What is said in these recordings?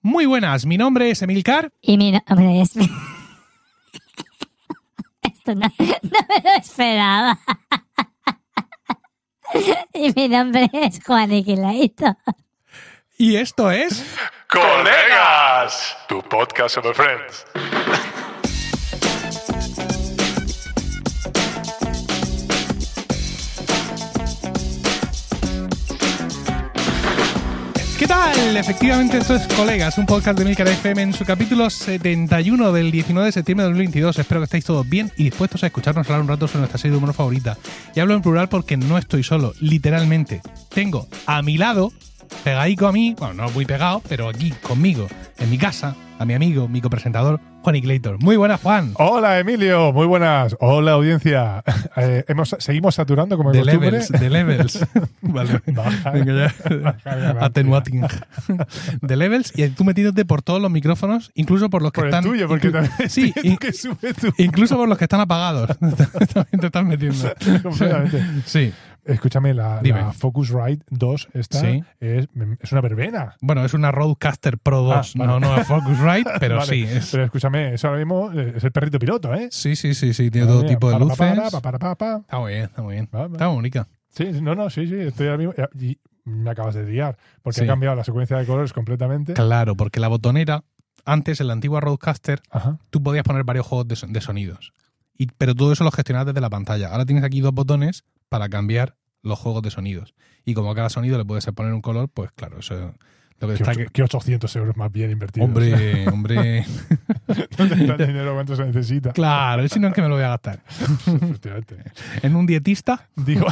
Muy buenas, mi nombre es Emilcar. Y mi nombre es... Esto no, no me lo esperaba. Y mi nombre es Juan Iquilaito. Y esto es. ¡Colegas! Tu podcast sobre Friends. ¿Qué tal? Efectivamente, esto es Colegas, un podcast de Milcar FM en su capítulo 71 del 19 de septiembre de 2022. Espero que estéis todos bien y dispuestos a escucharnos hablar un rato sobre nuestra serie de humor favorita. Y hablo en plural porque no estoy solo, literalmente. Tengo a mi lado, pegadico a mí, bueno, no muy pegado, pero aquí, conmigo, en mi casa, a mi amigo, mi copresentador, Juan Iclator. Muy buenas, Juan. Hola, Emilio. Muy buenas. Hola, audiencia. Eh, hemos, seguimos saturando como de De costumbre. levels, de levels. vale. Baja. Venga ya. Baja de la Atenuating. De levels y tú metiéndote por todos los micrófonos, incluso por los que Por el están. tuyo, porque inclu- también Sí, tienes in- que sube tú. incluso por los que están apagados. también te estás metiendo. Completamente. Sí. Escúchame, la, Dime. la Focusrite 2 esta Sí. es, es una verbena. Bueno, es una Roadcaster Pro 2, Ah, vale. no, no es Focusrite, pero Vale. sí. es- Pero escúchame, eso ahora mismo eh, es el perrito piloto, ¿eh? sí, sí, sí, sí, tiene todo Madre mía, tipo de para, luces. para, para, para, para, para. Está muy bien, está muy bien. Va, va. Está bonita. Sí, sí, no, no, sí, sí, estoy ahora mismo. Y me acabas de liar, porque Sí. he cambiado la secuencia de colores completamente. Claro, porque la botonera, antes en la antigua Roadcaster, Ajá. tú podías poner varios juegos de, son- de sonidos. Y, pero todo eso lo gestionabas desde la pantalla. Ahora tienes aquí dos botones para cambiar los juegos de sonidos. Y como a cada sonido le puedes poner un color, pues claro, eso es lo que Que, está ocho- que. que 800 euros más bien invertidos. Hombre, hombre. ¿Dónde está el dinero? ¿Cuánto se necesita? Claro, si no es que me lo voy a gastar. Efectivamente. En un dietista, Dijo,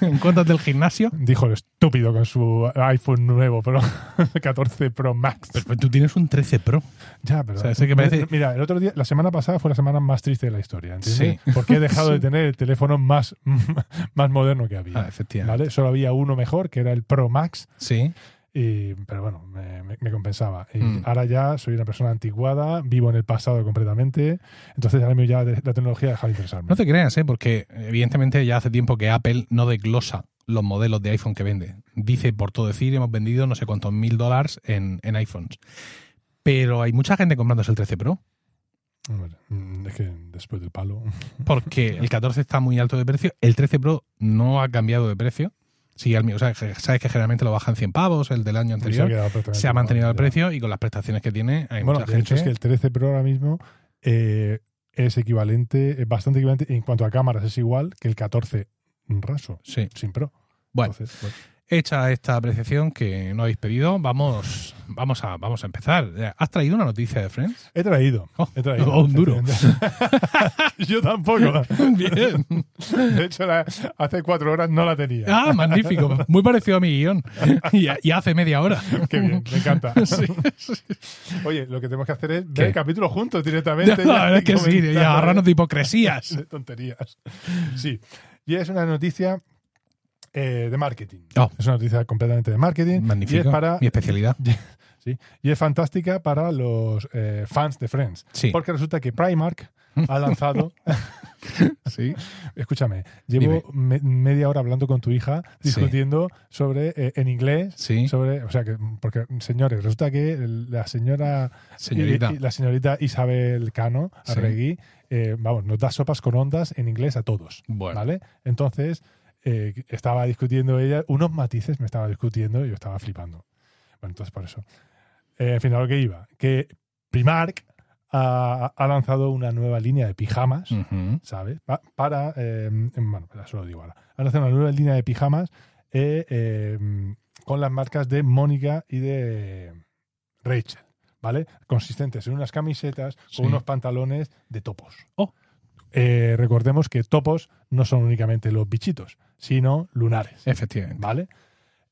en cuentas del gimnasio. dijo el estúpido con su iPhone nuevo, pero 14 Pro Max. Pero, pero tú tienes un 13 Pro. Ya, pero. O sea, ese que parece- Mira, el otro día, la semana pasada fue la semana más triste de la historia, ¿entiendes? Porque he dejado de tener el teléfono más, más moderno que había. Ah, efectivamente. ¿Vale? Solo había uno mejor, que era el Pro Max, Sí. y, pero bueno, me, me- me compensaba. Y Mm. Ahora ya soy una persona anticuada, vivo en el pasado completamente, entonces ahora mismo ya de- la tecnología deja de interesarme. No te creas, ¿eh? porque evidentemente ya hace tiempo que Apple no desglosa los modelos de iPhone que vende. Dice, por todo decir, hemos vendido no sé cuántos mil dólares en, en iPhones. Pero hay mucha gente comprándose el 13 Pro, Hombre, mm, es que después del palo. porque el 14 está muy alto de precio, el 13 Pro no ha cambiado de precio. Sí, al, mi- o sea, que sabes que generalmente lo bajan 100 pavos, el del año se ha, anterior. quedado prácticamente Se ha mantenido el igual, ya. precio y con las prestaciones que tiene hay Bueno, mucha de hecho gente. es que el 13 Pro ahora mismo eh, es equivalente, es bastante equivalente en cuanto a cámaras, es igual que el 14 raso, Sí. sin Pro. Bueno, Entonces, pues, bueno, hecha esta apreciación que no habéis pedido, vamos, vamos, a, vamos a empezar. ¿Has traído una noticia de Friends? he traído. Oh, he traído oh, un duro. Yo tampoco. Bien. De hecho, la- hace cuatro horas no la tenía. Ah, magnífico. Muy parecido a mi guión. Y, y hace media hora. Qué bien, me encanta. Sí. Oye, lo que tenemos que hacer es ver ¿Qué? el capítulo juntos La directamente. ya, verdad es y que sí, y comentar. agarrarnos de hipocresías. de tonterías. Sí. Y es una noticia eh, de marketing. Oh. Es una noticia completamente de marketing. Magnífico. Y es, para, Mi especialidad. sí, y es fantástica para los eh, fans de Friends. Sí. Porque resulta que Primark ha lanzado. Sí. escúchame, llevo me- media hora hablando con tu hija Sí. discutiendo sobre eh, en inglés. Sí. Sobre, o sea que, porque señores, resulta que la señora eh, Señorita. y- y la señorita Isabel Cano Sí. Arregui, eh, vamos, nos da sopas con ondas en inglés a todos. Bueno. ¿Vale? Entonces, eh, estaba discutiendo ella, unos matices me estaba discutiendo y yo estaba flipando. Bueno, entonces por eso. Eh, en fin, a lo que iba, que Primark ha, ha lanzado una nueva línea de pijamas. Ujú. ¿sabes? Pa- para, eh, bueno, eso lo digo ahora. Ahora hacen una nueva línea de pijamas eh, eh, con las marcas de Mónica y de Rachel, ¿vale? Consistentes en unas camisetas Sí. con unos pantalones de topos. Oh. Eh, recordemos que topos no son únicamente los bichitos, sino lunares, Efectivamente. ¿vale?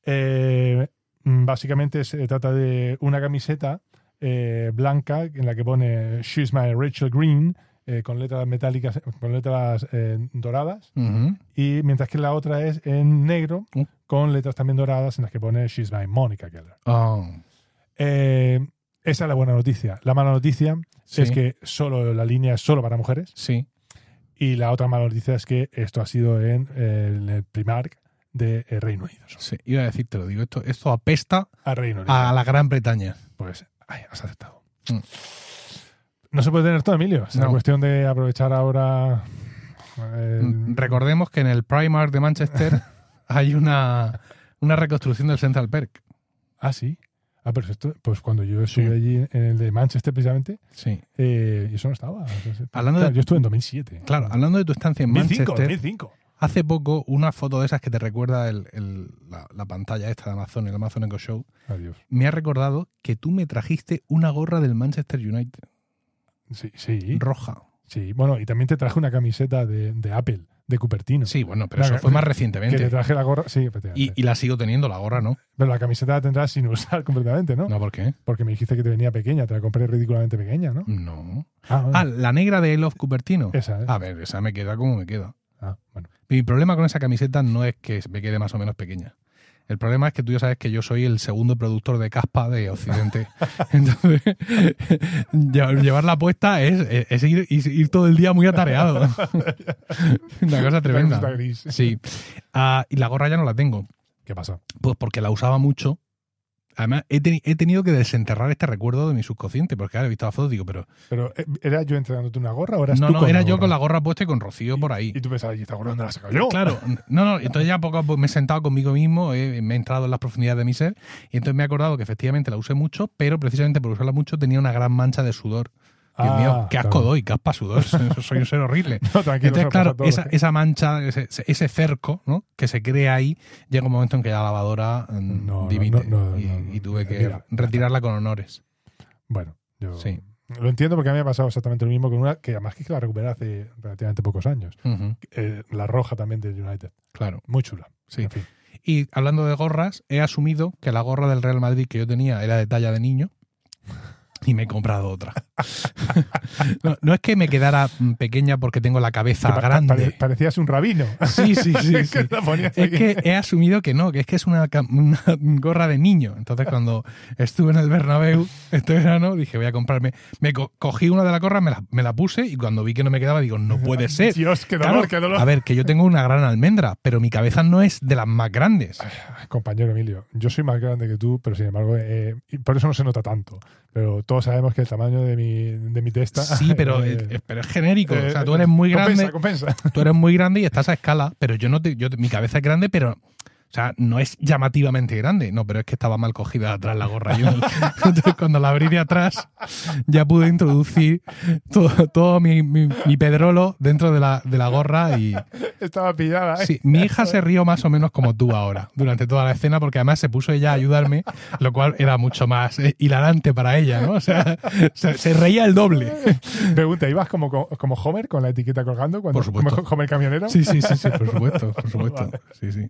Eh, mm, básicamente se trata de una camiseta eh, blanca en la que pone She's my Rachel Green eh, con letras metálicas, con letras eh, doradas, Ujú. y mientras que la otra es en negro Mm. con letras también doradas en las que pone She's my Monica Keller. Oh, Eh, esa es la buena noticia. La mala noticia sí. es que solo la línea es solo para mujeres Sí. y la otra mala noticia es que esto ha sido en eh, el, Primark de eh, Reino Unido. Sí. Iba a decirte, lo digo, esto, esto apesta A Reino Unido. a la Gran Bretaña. Pues Ay, has aceptado. Mm. No se puede tener todo, Emilio. Es una No. cuestión de aprovechar ahora. eh, Mm, el- Recordemos que en el Primark de Manchester hay una, una reconstrucción del Central Park. Ah, sí. Ah, perfecto. Pues cuando yo estuve Sí. allí, en el de Manchester precisamente, Sí. eh, eso no estaba. Entonces, Hablando claro, de- yo estuve en 2007. Claro, hablando de tu estancia en 2005, Manchester, 2005. hace poco una foto de esas que te recuerda el- el- la, la pantalla esta de Amazon, el Amazon Echo Show, Adiós. me ha recordado que tú me trajiste una gorra del Manchester United, Sí, sí. roja. Sí, bueno, y también te traje una camiseta de, de Apple, de Cupertino. Sí, bueno, pero Claro, eso fue más Que te recientemente. traje la gorra. Sí, efectivamente. Y, y la sigo teniendo, la gorra, ¿no? Pero la camiseta la tendrás sin usar completamente, ¿no? No, ¿por qué? Porque me dijiste que te venía pequeña, te la compré ridículamente pequeña, ¿no? No. Ah, bueno. Ah, la negra de I Love Cupertino. esa, ¿eh? A ver, esa me queda como me queda. Ah, bueno. Mi problema con esa camiseta no es que me quede más o menos pequeña. El problema es que tú ya sabes que yo soy el segundo productor de caspa de Occidente. Entonces, lle- llevarla puesta es, es- es ir, ir- ir todo el día muy atareado. Una cosa Está tremenda. gris. Sí. Ah, y la gorra ya no la tengo. ¿Qué pasa? Pues porque la usaba mucho. Además, he, teni- he tenido que desenterrar este recuerdo de mi subconsciente, porque ahora he visto la foto y digo, pero. ¿Pero eh, era yo entregándote una gorra o eras No, tú no, con era la yo gorra? con la gorra puesta y con Rocío por ahí. Y tú pensabas, ¿y esta gorra dónde la saco yo? Claro, no, no, entonces ya poco a poco me he sentado conmigo mismo, he- me he entrado en las profundidades de mi ser y entonces me he acordado que efectivamente la usé mucho, pero precisamente por usarla mucho tenía una gran mancha de sudor. Dios Ah, mío, qué asco claro. doy, qué aspa sudor, soy un ser horrible. No, tranquilo, Entonces, eso nos claro, pasa a esa, eh, todos. esa mancha, ese, ese cerco ¿no? que se crea ahí, llega un momento en que la lavadora mm, No, no, dimite no, no, y, no, no. y tuve que Mira, retirarla con honores. Bueno, yo Sí. lo entiendo porque a mí me ha pasado exactamente lo mismo con una que además que la recuperé hace relativamente pocos años. Ujú, Eh, la roja también del United. claro, Muy chula. sí. En fin. Y hablando de gorras, he asumido que la gorra del Real Madrid que yo tenía era de talla de niño y me he comprado otra. no, no es que me quedara mm, pequeña porque tengo la cabeza Que pa- pare- grande. parecías un rabino. Sí, sí, sí. sí. La ponías Es aquí. que he asumido que no, que es que es una, ca- una gorra de niño. Entonces cuando estuve en el Bernabéu este verano dije voy a comprarme, me co- cogí una de las gorras, me la, me la puse y cuando vi que no me quedaba digo no puede ser. Dios, qué eh, Claro, dolor, qué dolor. A ver, que yo tengo una gran almendra, pero mi cabeza no es de las más grandes. Compañero Emilio, yo soy más grande que tú, pero sin embargo, eh, y por eso no se nota tanto. Pero todos sabemos que el tamaño de mi, de mi testa. Sí, pero, eh, eh, pero es genérico. o sea, eh, tú eres muy grande, Compensa, compensa. tú eres muy grande y estás a escala. Pero yo no te, yo, mi cabeza es grande, pero o sea, no es llamativamente grande. No, pero es que estaba mal cogida de atrás la gorra. Yo- entonces, cuando la abrí de atrás, ya pude introducir todo, todo mi, mi- mi pedrolo dentro de la, de la gorra y Estaba pillada. ¿eh? sí, mi hija se rió más o menos como tú ahora durante toda la escena porque además se puso ella a ayudarme, lo cual era mucho más eh, hilarante para ella, ¿no? O sea, se- se reía el doble. Pregunta, ¿ibas como, como Homer con la etiqueta colgando? Cuando, Por supuesto. Como Homer camionero. Sí, sí, sí, sí, por supuesto, por supuesto. Sí, sí.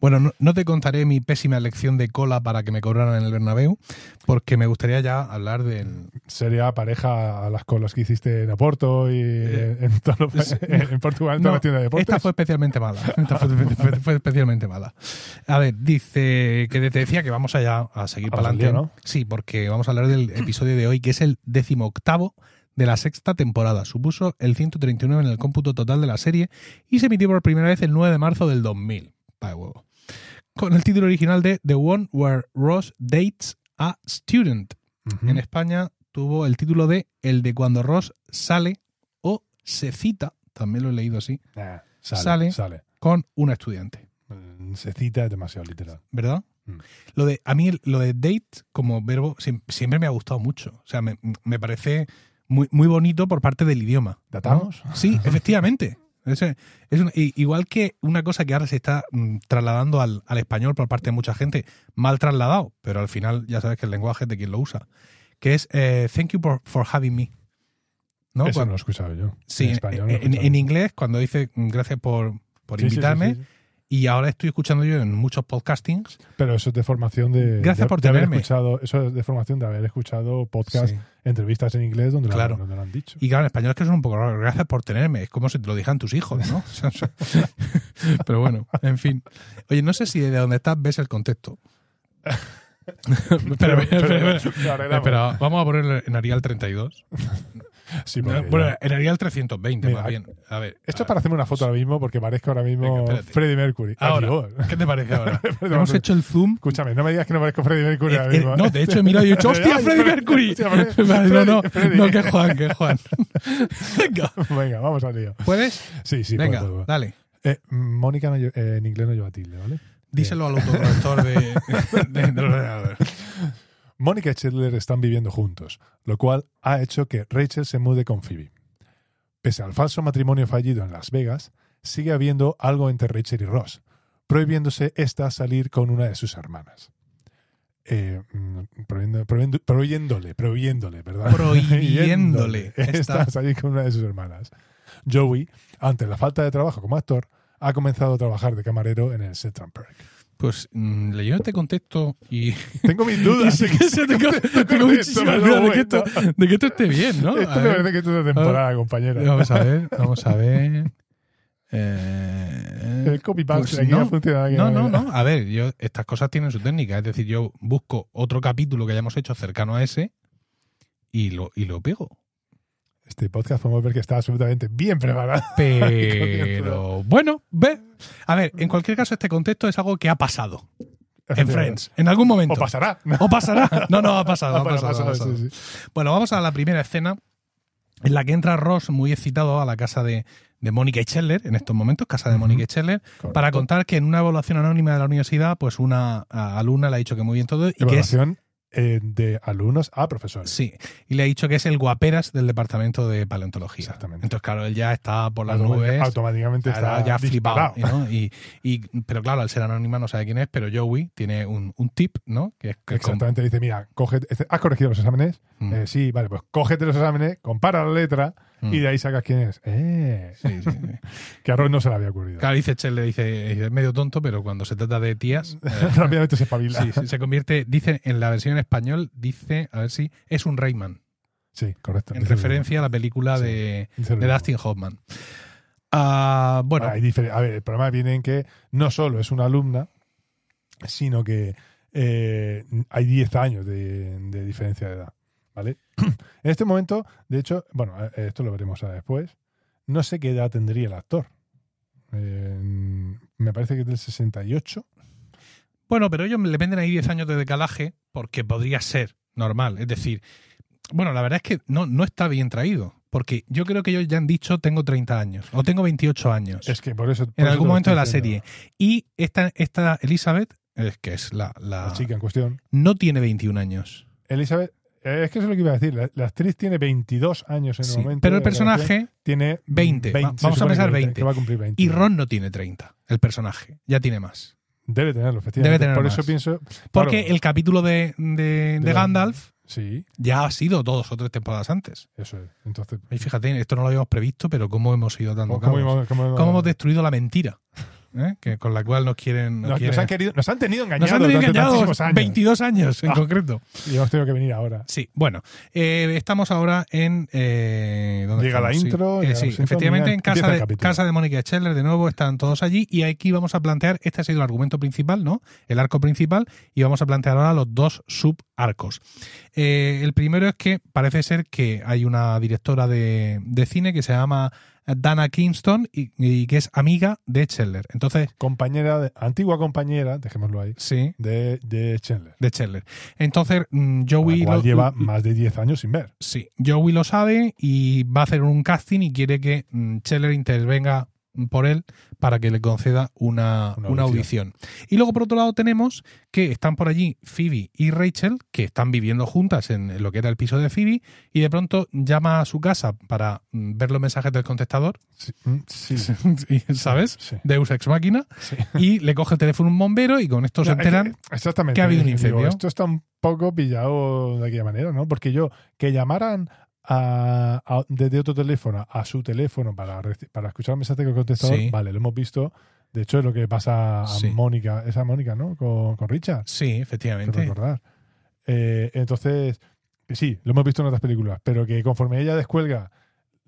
Bueno, no, no te contaré mi pésima elección de cola para que me cobraran en el Bernabéu, porque me gustaría ya hablar del... Sería pareja a las colas que hiciste en Oporto y en, todos los- es- en Portugal, Eh, en todas No, las tiendas de deportes. esta fue especialmente mala. Esta fue, fue- fue especialmente mala. A ver, dice que te decía que vamos allá a seguir Vamos para al adelante. lío, ¿no? Sí, porque vamos a hablar del episodio de hoy, que es el decimoctavo de la sexta temporada. Supuso el 139 en el cómputo total de la serie y se emitió por primera vez el 9 de marzo del 2000. Pa' de huevo. Con el título original de The One Where Ross Dates a Student. Ujú. En España tuvo el título de El de cuando Ross sale o se cita, también lo he leído así, Nah, sale. sale, sale. con una estudiante, Mm, Se cita demasiado literal. ¿verdad? Mm. Lo de, a mí el- lo de date como verbo siem- siempre me ha gustado mucho. O sea, me, me parece muy, muy bonito por parte del idioma. ¿no? ¿Datamos? Sí, efectivamente. Es, es una- i- igual que una cosa que ahora se está mm, trasladando al, al español por parte de mucha gente, mal trasladado, pero al final ya sabes que el lenguaje es de quien lo usa, que es eh, thank you for, for having me. ¿No? Eso Cuando- no lo he escuchado yo. sí, en en, español. no lo he en- escuchado. en inglés cuando dice mm, gracias por, por Sí, sí, sí, invitarme, sí, sí. y ahora estoy escuchando yo en muchos podcastings. Pero eso es de formación de. Gracias de- por de haber tenerme. escuchado- eso es de formación de haber escuchado podcast, Sí. entrevistas en inglés donde, lo- Claro. donde lo, han dicho. Y claro, en español es que es un poco raro. Gracias por tenerme. Es como si te lo dijeran tus hijos, ¿no? O sea, eso- Pero bueno, en fin. Oye, no sé si de donde estás ves el contexto. Espera, espera, espera. pero- pero- Espera, vamos a ponerlo en Arial 32. Sí, porque No, ya- bueno, en realidad el 320, Mira, más bien. A ver. Esto a es para hacerme una foto ahora mismo porque parezco ahora pues. Venga, mismo espérate. Freddie Mercury. Ahora. Adiós. ver. ¿Qué te parece ahora? Perdón, Hemos hecho el zoom. Escúchame, no me digas que no parezco Freddie Mercury ahora Eh, eh, mismo. no, de hecho he mirado y he dicho, ¡hostia, Freddie Mercury! Hostia, Freddy, Vale, no, no, Freddy, no, Freddy. que es Juan, que es Juan. Venga. Venga, vamos al lío. ¿Puedes? Sí, sí, Venga, puedo, puedo. dale. Eh, Mónica no lle- eh, en inglés no lleva tilde, ¿vale? Díselo al autocorrector de, de- del ordenador. Mónica y Chandler están viviendo juntos, lo cual ha hecho que Rachel se mude con Phoebe. Pese al falso matrimonio fallido en Las Vegas, sigue habiendo algo entre Rachel y Ross, prohibiéndose esta salir con una de sus hermanas. Eh, mm, prohibiendo- prohibiendo- prohibiéndole, prohibiéndole, ¿verdad? Prohibiéndole esta esta- salir con una de sus hermanas. Joey, ante la falta de trabajo como actor, ha comenzado a trabajar de camarero en el Central Park. Pues mm, leyendo este contexto y. Tengo mis dudas. Sí, que sí, tengo, tengo muchísimas pero dudas de bueno. que, esto, de que esto esté bien, ¿no? Esto A me ver. parece que es una temporada, compañero. Vamos ¿eh? a ver, vamos a ver. Eh, El copy-paste pues aquí no. no funciona. aquí No, no, no. A ver, yo, estas cosas tienen su técnica. Es decir, yo busco otro capítulo que hayamos hecho cercano a ese y lo, y lo pego. Este podcast podemos ver que está absolutamente bien preparado. Pero bueno, ve. A ver, en cualquier caso, este contexto es algo que ha pasado en Friends, en algún momento. O pasará. O pasará. No, no, ha pasado. Ah, Ha bueno, pasado, ha pasará, pasado. sí, sí. Bueno, vamos a la primera escena en la que entra Ross muy excitado a la casa de, de Mónica y Scheller, en estos momentos, casa de Ujú. Mónica y Scheller, para Correcto. contar que en una evaluación anónima de la universidad, pues una a- alumna le ha dicho que muy bien todo y que es. Evaluación eh, de alumnos a profesores. Sí, y le ha dicho que es el guaperas del departamento de paleontología. Exactamente. Entonces, claro, él ya está por las Automática- nubes. Automáticamente Claro, está ya flipado. disparado. ¿no? Y, y- pero claro, al ser anónima no sabe quién es, pero Joey tiene un, un tip, ¿no? Que es que es con- Exactamente, dice, mira, cógete- este, ¿has corregido los exámenes? Mm. Eh, sí, vale, pues cógete los exámenes, compara la letra Mm. y de ahí sacas quién es. Eh, Sí, sí, sí. que a Ross no se le había ocurrido. Claro, dice Che, le dice, es medio tonto, pero cuando se trata de tías, eh, Rápidamente se espabila. sí, sí, se convierte, dice, en la versión en español, dice, a ver si, es un Rayman, Sí, correcto. en Dice lo mismo. referencia a la película Sí, de, Dice de lo mismo. Dustin Hoffman. Ah, bueno, Hay difer- a ver, el problema viene en que no solo es una alumna, sino que eh, hay 10 años de, de diferencia de edad. ¿Vale? en este momento, de hecho, bueno, eh, esto lo veremos ahora después. No sé qué edad tendría el actor. Eh, me parece que es del 68. bueno, pero ellos le venden ahí 10 años de decalaje porque podría ser normal. Es decir, bueno, la verdad es que no, no está bien traído, porque yo creo que ellos ya han dicho tengo 30 años o tengo 28 años. Es que por eso. por en eso te algún lo momento de estoy la serie. diciendo. Y esta, esta Elizabeth, es que es la, la- La chica en cuestión. no tiene 21 años. Elizabeth. eh, Es que eso es lo que iba a decir. La, la actriz tiene 22 años en Sí, el momento. Pero el de la grabación. personaje tiene 20. Va- se vamos a supone que pensar va- 20. que va a cumplir 20. y Ron no tiene 30, el personaje, ya tiene más. Debe tenerlo, efectivamente. Debe tener Por más. eso pienso. Porque claro, el capítulo de, de- de De Gandalf Sí, ya ha sido dos o tres temporadas antes. eso es. Entonces. Y fíjate, esto no lo habíamos previsto, pero cómo hemos ido dando ¿cómo- cabos. cómo ¿Cómo, hemos- cómo hemos- hemos destruido la mentira? ¿eh? Que con la cual nos quieren... Nos, nos, nos quieren- han querido, nos han tenido nos engañados han tenido durante engañados tantísimos 22 años. años en Ah. concreto. Y hemos tenido que venir ahora. Sí, bueno, eh, estamos ahora en. eh, ¿dónde Llega la estamos? Sí, intro, eh, llega sí, la sintonía, efectivamente, en empieza casa el de, capítulo. casa de Mónica Scheller, de nuevo, están todos allí. Y aquí vamos a plantear: este ha sido el argumento principal, ¿no? El arco principal, y vamos a plantear ahora los dos subarcos. Eh, el primero es que parece ser que hay una directora de, de cine que se llama Dana Kingston y, y que es amiga de Scheller. Entonces, Compañera, de- antigua compañera, dejémoslo ahí, sí, de, de Chandler. de Scheller. Entonces, mm, Joey. la cual lo- lleva más de 10 años sin ver. Sí, Joey lo sabe y va a hacer un casting y quiere que mm, Scheller intervenga por él para que le conceda una, Una una audición. audición. Y luego, por otro lado, tenemos que están por allí Phoebe y Rachel, que están viviendo juntas en lo que era el piso de Phoebe, y de pronto llama a su casa para mm, ver los mensajes del contestador, Sí, mm, sí, sí. ¿sabes? Sí. Deus Ex Máquina, sí. y le coge el teléfono un bombero y con esto se No, es que- enteran. exactamente, que ha habido un Digo, incendio. esto está un poco pillado de aquella manera, ¿no? Porque yo, que llamaran a- a- desde otro teléfono a su teléfono para, reci- para escuchar el mensaje que el contestador, Sí. vale, lo hemos visto. De hecho, es lo que pasa a Sí. Mónica, esa Mónica, ¿no? Con, con Richard, Sí, creo efectivamente. recordar. Eh, entonces, sí, lo hemos visto en otras películas, pero que conforme ella descuelga,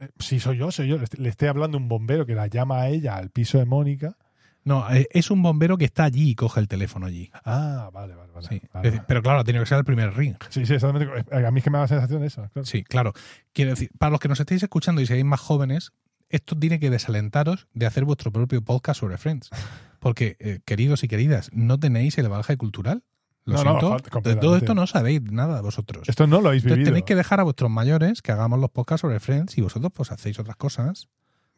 eh, si soy yo, soy yo, le est- le esté hablando un bombero que la llama a ella al piso de Mónica. No, eh, es un bombero que está allí y coge el teléfono allí. Ah, vale, vale, vale. Sí. Vale, Es decir, vale. Pero claro, ha tenido que ser el primer ring. Sí, sí, exactamente. Eh, A mí es que me da la sensación de eso. claro. Sí, claro. Quiero decir, para los que nos estéis escuchando y seáis más jóvenes, esto tiene que desalentaros de hacer vuestro propio podcast sobre Friends. Porque, eh, queridos y queridas, no tenéis el bagaje cultural. Lo No, no, siento. falta- de todo completamente. esto no sabéis nada vosotros. Esto no lo habéis pues, Entonces vivido. tenéis que dejar a vuestros mayores que hagamos los podcasts sobre Friends y vosotros pues hacéis otras cosas,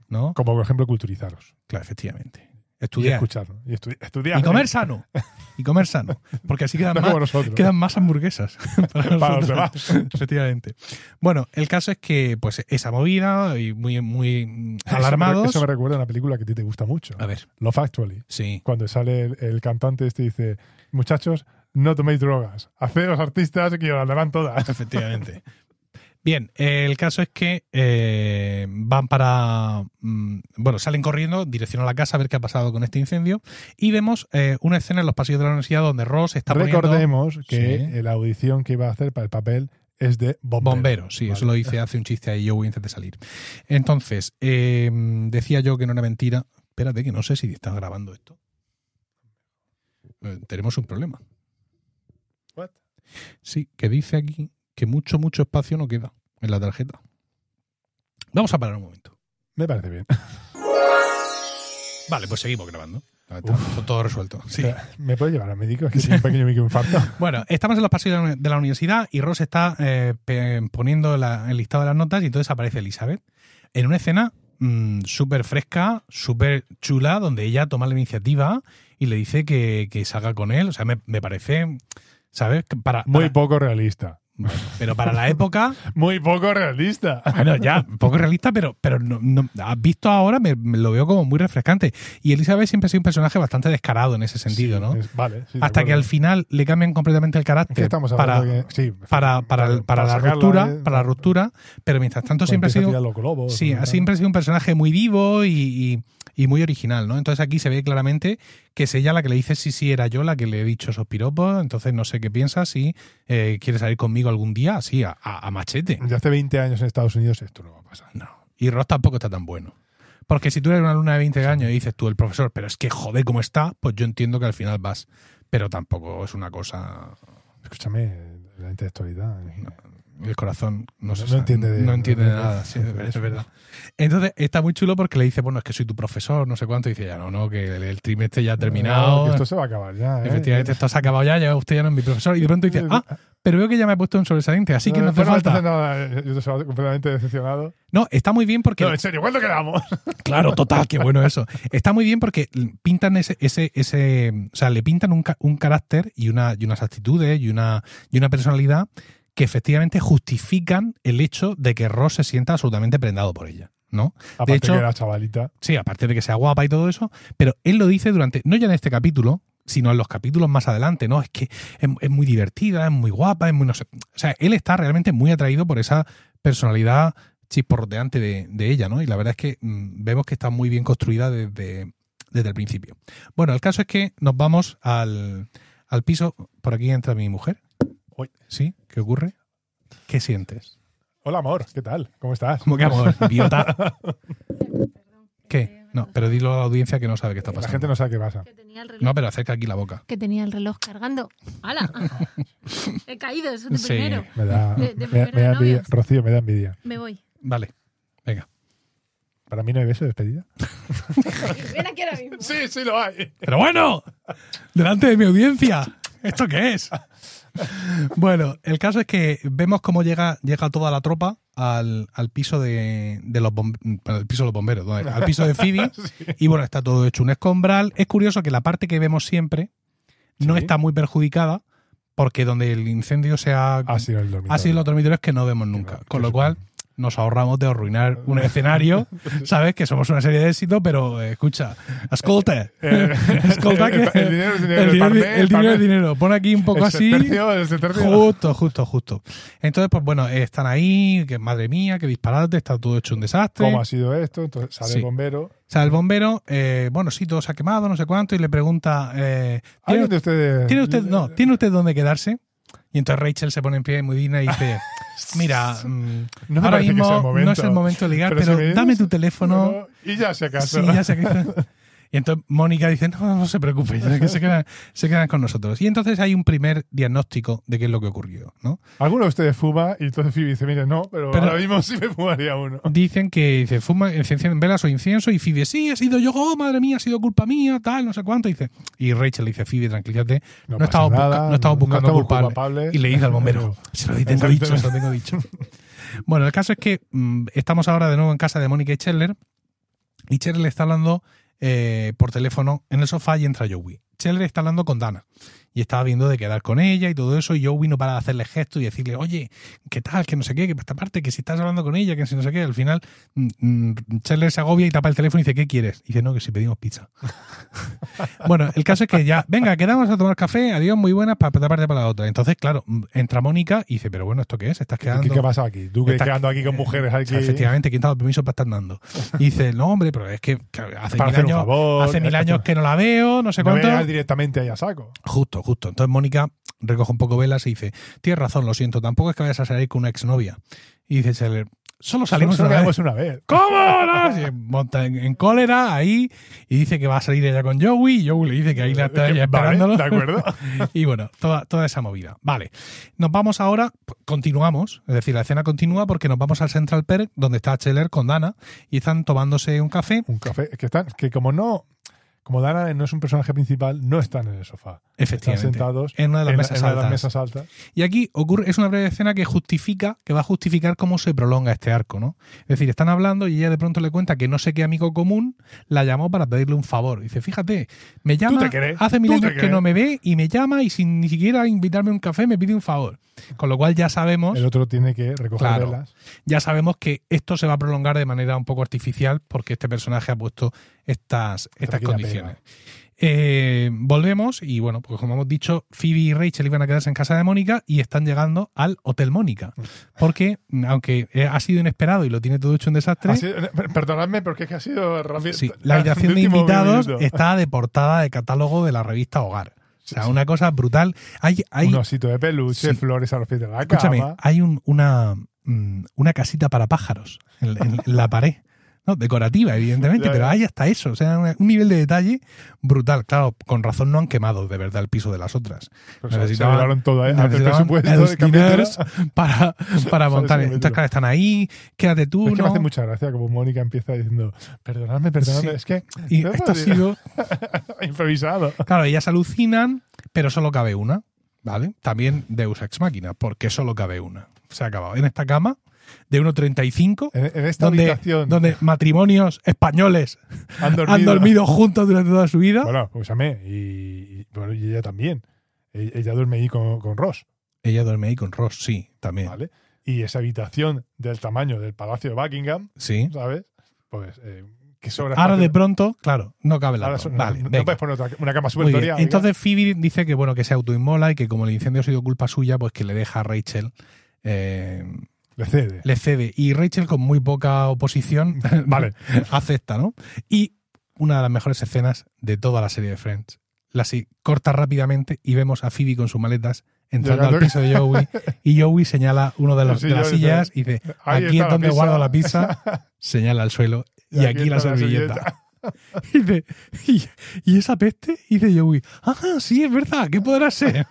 ¿no? ¿eh? Como por ejemplo culturizaros. Claro, efectivamente. Y Estudiar. escucharlo. Y estudi- estudiar. Y comer sano. Y comer sano. Porque así quedan No más, como nosotros. quedan más hamburguesas para, Para los nosotros. demás. Efectivamente. Bueno, el caso es que, pues, esa movida y muy, muy mm, Eso me- alarmados. Eso me recuerda a una película que a ti te gusta mucho. A ver, Love Actually. sí. Cuando sale el, el cantante este y dice, muchachos, no toméis drogas. Haceos artistas que os darán todas. Efectivamente. Bien, el caso es que eh, van para. mm, Bueno, salen corriendo, dirección a la casa a ver qué ha pasado con este incendio. Y vemos eh, una escena en los pasillos de la universidad donde Ross está poniendo. Recordemos que Sí. eh, la audición que iba a hacer para el papel es de bombero. Bomberos, sí, Vale. eso lo hice hace un chiste ahí Joey antes de salir. Entonces, eh, decía yo que no era mentira. Espérate, que no sé si está grabando esto. Eh, tenemos un problema. What? Sí, que dice aquí que mucho, mucho espacio no queda en la tarjeta. Vamos a parar un momento. Me parece bien. Vale, pues seguimos grabando. Ahí está, todo resuelto. Sí. ¿Me puede llevar al médico? Es que tengo un pequeño microinfarto. Bueno, estamos en los pasillos de la uni- de la universidad y Ross está eh, pe- poniendo la- el listado de las notas y entonces aparece Elizabeth en una escena mm, súper fresca, súper chula, donde ella toma la iniciativa y le dice que, que salga con él. O sea, me, me parece, ¿sabes? Que Para, Muy para- poco realista. pero para la época, Muy poco realista. bueno, ya, un poco realista, pero, pero no, no- has visto ahora, me, me lo veo como muy refrescante. Y Elizabeth siempre ha sido un personaje bastante descarado en ese sentido, Sí, ¿no? es- vale. sí, de Hasta que acuerdo. al final le cambian completamente el Es carácter. que estamos para, hablando que- sí, para, para, el- claro, para, la sacarla, ruptura, eh, para la ruptura, pero mientras tanto siempre cuando ha empieza a tirar sido, los globos, sí, ¿no? ha- siempre ha sido un personaje muy vivo y, y- y muy original, ¿no? Entonces aquí se ve claramente que es ella la que le dice sí, sí, era yo la que le he dicho esos piropos, entonces no sé qué piensas, si eh, quieres salir conmigo algún día, así, a, a- a machete. Ya hace 20 años en Estados Unidos esto no va a pasar. No. Y Ross tampoco está tan bueno. Porque si tú eres una alumna de 20 años y dices tú, el profesor, pero es que joder cómo está, pues yo entiendo que al final vas. Pero tampoco es una cosa Escúchame, la intelectualidad. el corazón no, No- se no sabe, entiende de- no entiende no- de nada, sí, es verdad, es verdad. Entonces está muy chulo porque le dice, bueno, es que soy tu profesor, no sé cuánto, y dice, ya no, no, que el, el trimestre ya ha No, terminado, que esto se va a acabar ya. ¿eh? efectivamente esto se ha acabado ya, ya usted ya no es mi profesor, y de pronto dice, ah, pero veo que ya me he puesto un sobresaliente, así que no hace Pero falta. entonces nada, eh, yo estoy completamente decepcionado. No, está muy bien porque No, en serio, ¿cuándo quedamos? Claro, total, qué bueno eso. Está muy bien porque pintan ese, ese, ese o sea, le pintan un, ca- un carácter y, una, y unas actitudes y una, y una personalidad que efectivamente justifican el hecho de que Ross se sienta absolutamente prendado por ella, ¿no? Aparte hecho- que era chavalita. Sí, aparte de que sea guapa y todo eso, pero él lo dice durante, no ya en este capítulo, sino en los capítulos más adelante, ¿no? Es que es, es muy divertida, es muy guapa, es muy no sé. O sea, él está realmente muy atraído por esa personalidad chisporroteante de, de ella, ¿no? Y la verdad es que mm, vemos que está muy bien construida desde, desde el principio. Bueno, el caso es que nos vamos al, al piso. Por aquí entra mi mujer. Uy. ¿Sí? ¿Qué ocurre? ¿Qué sientes? Hola, amor, ¿qué tal? ¿Cómo estás? ¿Cómo que amor? idiota? ¿Qué? No, pero dilo a la audiencia que no sabe qué está La pasando. gente no sabe qué pasa. Que tenía el reloj, No, pero acerca aquí la boca. que tenía el reloj cargando. ¡Hala! He caído, es un Sí. primero. Me da, De- me- de primera me da envidia. novios. Rocío, me da envidia. Me voy. Vale. Venga. ¿Para mí no hay beso de despedida? Ven aquí ahora mismo. Sí, sí lo hay. Pero bueno, delante de mi audiencia. ¿Esto qué es? Bueno, el caso es que vemos cómo llega, llega toda la tropa al, al piso de, de los bom- al piso de los bomberos, ¿no? al piso de Phoebe. Y bueno, está todo hecho un escombral. Es curioso que la parte que vemos siempre no Sí. está muy perjudicada porque donde el incendio se ha Ha sido el dormitorio. ha sido los dormitorios que no vemos nunca. Que no, Con que lo eso- cual nos ahorramos de arruinar un escenario, ¿sabes? Que somos una serie de éxito, pero eh, escucha, escolta, Eh, escolta que el dinero es el dinero, el dinero, parné, es- el el dinero es parné. dinero. Pon aquí un poco El así. tercio, el tercio. Justo, justo, justo. Entonces, pues bueno, eh, están ahí, que madre mía, que disparate, está todo hecho un desastre. ¿Cómo ha sido esto? Entonces sale Sí. el bombero. O sea, el bombero, eh, bueno, sí, todo se ha quemado, no sé cuánto, y le pregunta, eh, ¿tiene, ¿Alguien de ustedes? ¿Tiene usted, no, ¿Tiene usted dónde quedarse? Y entonces Rachel se pone en pie muy digna y dice, mira, mm, No me ahora parece que mismo sea el momento. no es el momento de ligar, Pero pero, si me dices- dame tu teléfono. No, y ya se acaso. Sí, ya sé que- Y entonces Mónica dice, no, no se preocupe, es que se quedan, se quedan con nosotros. Y entonces hay un primer diagnóstico de qué es lo que ocurrió, ¿no? Alguno de ustedes fuma y entonces Phoebe dice, mire, no, pero, Pero- ahora mismo sí me fumaría uno. Dicen que dice, fuma, encienden velas o incienso y Phoebe, sí, he sido yo, oh, madre mía, ha sido culpa mía, tal, no sé cuánto. Y, dice, y Rachel le dice, Phoebe, tranquilízate, no, pasa estamos, busca- nada, no estamos buscando estamos culpables. culpables. Y le dice al bombero, se lo tengo Exacto. dicho, se lo tengo dicho. bueno, el caso es que mm, estamos ahora de nuevo en casa de Mónica y Chandler y Chandler está hablando eh, por teléfono en el sofá y entra Joey. Chandler está hablando con Dana y estaba viendo de quedar con ella y todo eso y Joey no para de hacerle gestos y decirle, oye, ¿qué tal? Que no sé qué, que por esta parte, que si estás hablando con ella, que si no sé qué. Al final, mm, mm, Chandler se agobia y tapa el teléfono y dice, ¿qué quieres? Y dice, no, que si pedimos pizza. bueno, el caso es que ya, venga, quedamos a tomar café, adiós, muy buenas, para esta parte para la otra. Entonces, claro, mm, entra Mónica y dice, pero bueno, ¿esto qué es? Estás quedando... ¿Qué, qué pasa aquí? Tú que Está- eh, quedando aquí con mujeres O sea, aquí efectivamente, ¿quién te ha dado permiso para estar andando? Y dice, no, hombre, pero es que claro, hace, para mil hacer un años, favor. hace mil años que no la veo, no sé no voy a cuánto. llegar directamente ahí a saco. Justo, justo. Entonces Mónica recoge un poco velas y dice, tienes razón, lo siento, tampoco es que vayas a salir con una exnovia. Y dice Scheller, solo salimos Solo una vez. quedamos una vez. ¿Cómo? No? Se monta en, en cólera ahí y dice que va a salir ella con Joey y Joey le dice que ahí la está ella Eh, Vale, esperándolo. ¿De acuerdo? Y bueno, toda, toda esa movida. Vale, nos vamos ahora, p- continuamos, es decir, la escena continúa porque nos vamos al Central Perk donde está Scheller con Dana y están tomándose un café. Un café. Que, están, que como no. Como Dana no es un personaje principal, no están en el sofá. Están Efectivamente. sentados en una de las en- mesas en una de las altas. mesas altas. Y aquí ocurre, es una breve escena que justifica, que va a justificar cómo se prolonga este arco, ¿no? Es decir, están hablando y ella de pronto le cuenta que no sé qué amigo común la llamó para pedirle un favor. dice, fíjate, me llama, te crees? hace mil ¿Tú te años que crees? no me ve y me llama y sin ni siquiera invitarme a un café me pide un favor. Con lo cual ya sabemos, El otro tiene que recoger Claro. velas. ya sabemos que esto se va a prolongar de manera un poco artificial porque este personaje ha puesto estas, estas Tranquila, condiciones. Eh, volvemos y bueno, pues como hemos dicho, Phoebe y Rachel iban a quedarse en casa de Mónica y están llegando al Hotel Mónica. Porque, aunque eh, ha sido inesperado y lo tiene todo hecho un desastre, Ha sido- eh, Perdonadme, porque es que ha sido rápido. sí, la habitación de último invitados minuto. está de portada de catálogo de la revista Hogar. O sea, una cosa brutal. Hay, hay, Un osito de peluche, Sí. flores a los pies de la Escúchame, cama. hay un- una, mm, una casita para pájaros en, en- en la pared. No, decorativa, evidentemente, Ya, pero ya. hay hasta eso. O sea, una- un nivel de detalle brutal. Claro, con razón no han quemado de verdad el piso de las otras. Pues se- necesitaban- se llevaron todo, ¿eh? Hace el necesitaban presupuesto de capítulo. diners para, para Sale montar. Entonces, ese capítulo. claro, están ahí, quédate tú, Es que me ¿no? hace mucha gracia como Mónica empieza diciendo, perdonadme, perdonadme, Sí. es que Y esto ha sido... improvisado. Claro, ellas alucinan, pero solo cabe una, ¿vale? También Deus Ex Máquina, porque solo cabe una. Se ha acabado. En esta cama de 1,35... En, en esta donde, habitación donde matrimonios españoles han dormido. han dormido juntos durante toda su vida. Bueno, escúchame, y, y- bueno, y ella también. E- Ella duerme ahí con, con Ross, Ella duerme ahí con Ross, sí, también. ¿vale? Y esa habitación del tamaño del Palacio de Buckingham, Sí. ¿sabes? Pues, eh, que sobra. Ahora espacio. de pronto, claro, no cabe la Ahora dos. so- no- Vale, no, venga. puedes poner otra- una cama Muy bien. supertoria. Entonces Phoebe dice que bueno, que se autoinmola y que como el incendio ha sido culpa suya, pues que le deja a Rachel, eh, le cede. le cede. Y Rachel, con muy poca oposición, Vale. acepta, ¿no? Y una de las mejores escenas de toda la serie de Friends. La si- corta rápidamente y vemos a Phoebe con sus maletas entrando Llegando- al piso de Joey y Joey señala uno de, los, Sí, de las Joey dice, sillas y dice, ¿eh? "Ahí aquí es está la donde pizza". guardo la pizza, señala al suelo y, aquí, la está servilleta. Y dice, ¿y, y esa peste? Y dice Joey, ah, sí, es verdad, ¿qué podrá ser?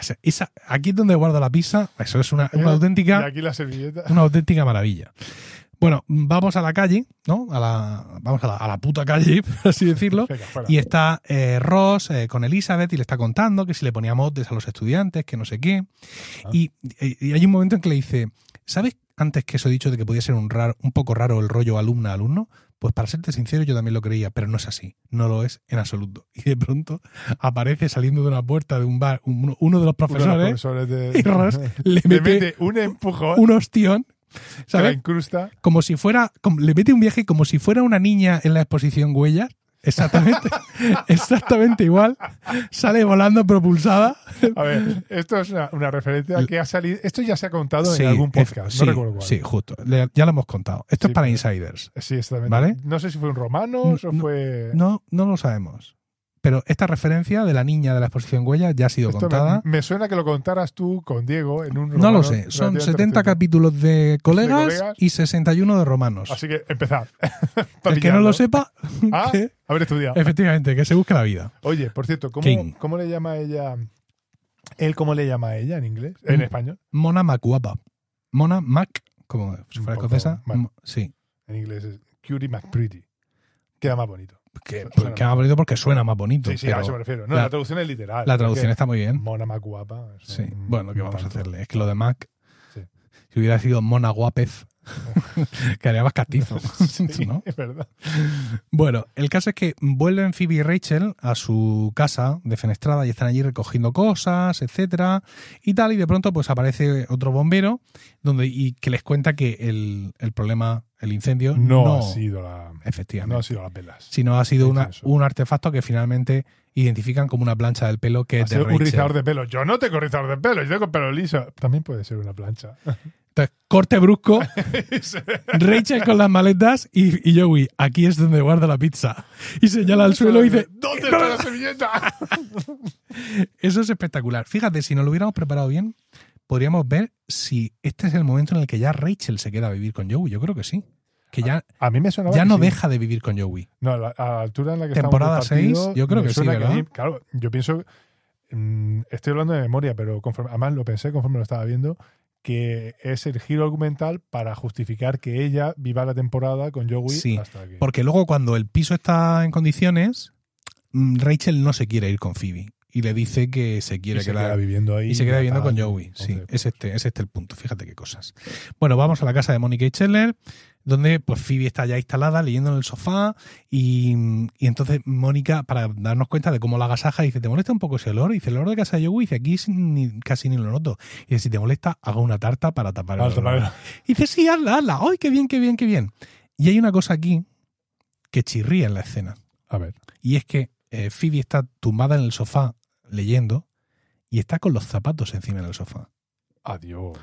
Esa- esa- aquí es donde guardo la pizza, eso es una, una Eh, auténtica Y aquí la servilleta. una auténtica maravilla. Bueno, vamos a la calle, ¿no? A la, vamos a la, a la puta calle, por así decirlo. Venga, fuera. Y está eh, Ross eh, con Elizabeth y le está contando que si le ponía motes a los estudiantes, que no sé qué. Ah. Y, eh, y hay un momento en que le dice, ¿sabes antes que eso he dicho de que podía ser un, raro, un poco raro el rollo alumna-alumno? Pues para serte sincero yo también lo creía, pero no es así, no lo es en absoluto. Y de pronto aparece saliendo de una puerta de un bar un- uno de los Uno de los profesores profesores de- ¿eh? y Ross le le mete mete un empujón, un ostión. se la ¿Sabes? incrusta. como si fuera, como- le mete un viaje como si fuera una niña en la exposición Huellas. Exactamente, exactamente igual. Sale volando propulsada. A ver, esto es una, una referencia que ha salido. Esto ya se ha contado Sí, en algún es- podcast, sí, no recuerdo cuál. Sí, justo. Le- ya lo hemos contado. Esto Sí, es para pero- insiders. Sí, exactamente. ¿Vale? No sé si fue un romano o No, fue. No, no lo sabemos. pero esta referencia de la niña de la exposición Huella ya ha sido Esto me- contada. Me, suena que lo contaras tú con Diego en un no romano lo sé, son relativamente 70 reciente. capítulos de colegas, colegas. y 61 de romanos. Así que empezad. El que no lo sepa, Ah, que- haber estudiado. efectivamente, que se busque la vida. Oye, por cierto, ¿cómo, King. cómo le llama ella? ¿Él cómo le llama a ella en inglés? ¿En Mm. español? Mona Macuapa. Mona Mac, como si fuera Por escocesa. favor, vale. mo- Sí. En inglés es Cutie McPretty. Queda más bonito. Que, Suena pues, que mal. ha valido porque suena más bonito. Sí, sí, pero a eso me refiero. No, la- la, traducción es literal. la traducción porque está muy bien. Mona más guapa. es Sí. un- Bueno, ¿qué un vamos a tanto. hacerle? Es que lo de Mac, Sí. si hubiera sido Mona Guapez, quedaría más castizo. Sí, ¿no? es verdad. Bueno, el caso es que vuelven Phoebe y Rachel a su casa de Fenestrada y están allí recogiendo cosas, etcétera, y tal, y de pronto pues aparece otro bombero donde y que les cuenta que el, el problema, el incendio, No, no, ha sido la. efectivamente, No ha sido las velas. sino ha sido una- Intenso. un artefacto que finalmente identifican como una plancha del pelo que Ha es de sido un rizador Rachel. de pelo. Yo no tengo rizador de pelo, yo tengo pelo liso. También puede ser una plancha. Entonces, corte brusco, Sí. Rachel con las maletas y, y Joey, aquí es donde guarda la pizza. Y señala al suelo y dice, ¿Dónde está la servilleta? Eso es espectacular. Fíjate, si nos lo hubiéramos preparado bien, podríamos ver si este es el momento en el que ya Rachel se queda a vivir con Joey. Yo creo que sí. Ah, Que ya, A mí me suena ya no deja de vivir con Joey. No, a la, a la altura en la que Temporada estamos del partido, seis, yo creo me que sí, suena ¿verdad? ahí- claro, yo pienso, mm, estoy hablando de memoria, pero conforme, además lo pensé conforme lo estaba viendo, que es el giro argumental para justificar que ella viva la temporada con Joey Sí, hasta aquí. Porque luego cuando el piso está en condiciones, mm, Rachel no se quiere ir con Phoebe. Y le dice que se Y quiere se queda quedar. viviendo ahí. y se queda viviendo hasta con año. Joey. Sí, Entonces, es este, es este el punto. Fíjate qué cosas. Bueno, vamos a la casa de Mónica y Scheller, donde pues Phoebe está ya instalada leyendo en el sofá y, y entonces Mónica, para darnos cuenta de cómo la agasaja, dice, ¿te molesta un poco ese olor? Y dice, el olor de casa de Joey, dice, aquí sin- ni- casi ni lo noto. Y dice, si te molesta, hago una tarta para tapar el Alto, olor". para- Y dice, sí, hazla, hazla. ¡Ay, qué bien, qué bien, qué bien! Y hay una cosa aquí que chirría en la escena. A ver. Y es que eh, Phoebe está tumbada en el sofá leyendo y está con los zapatos encima en el sofá. Adiós.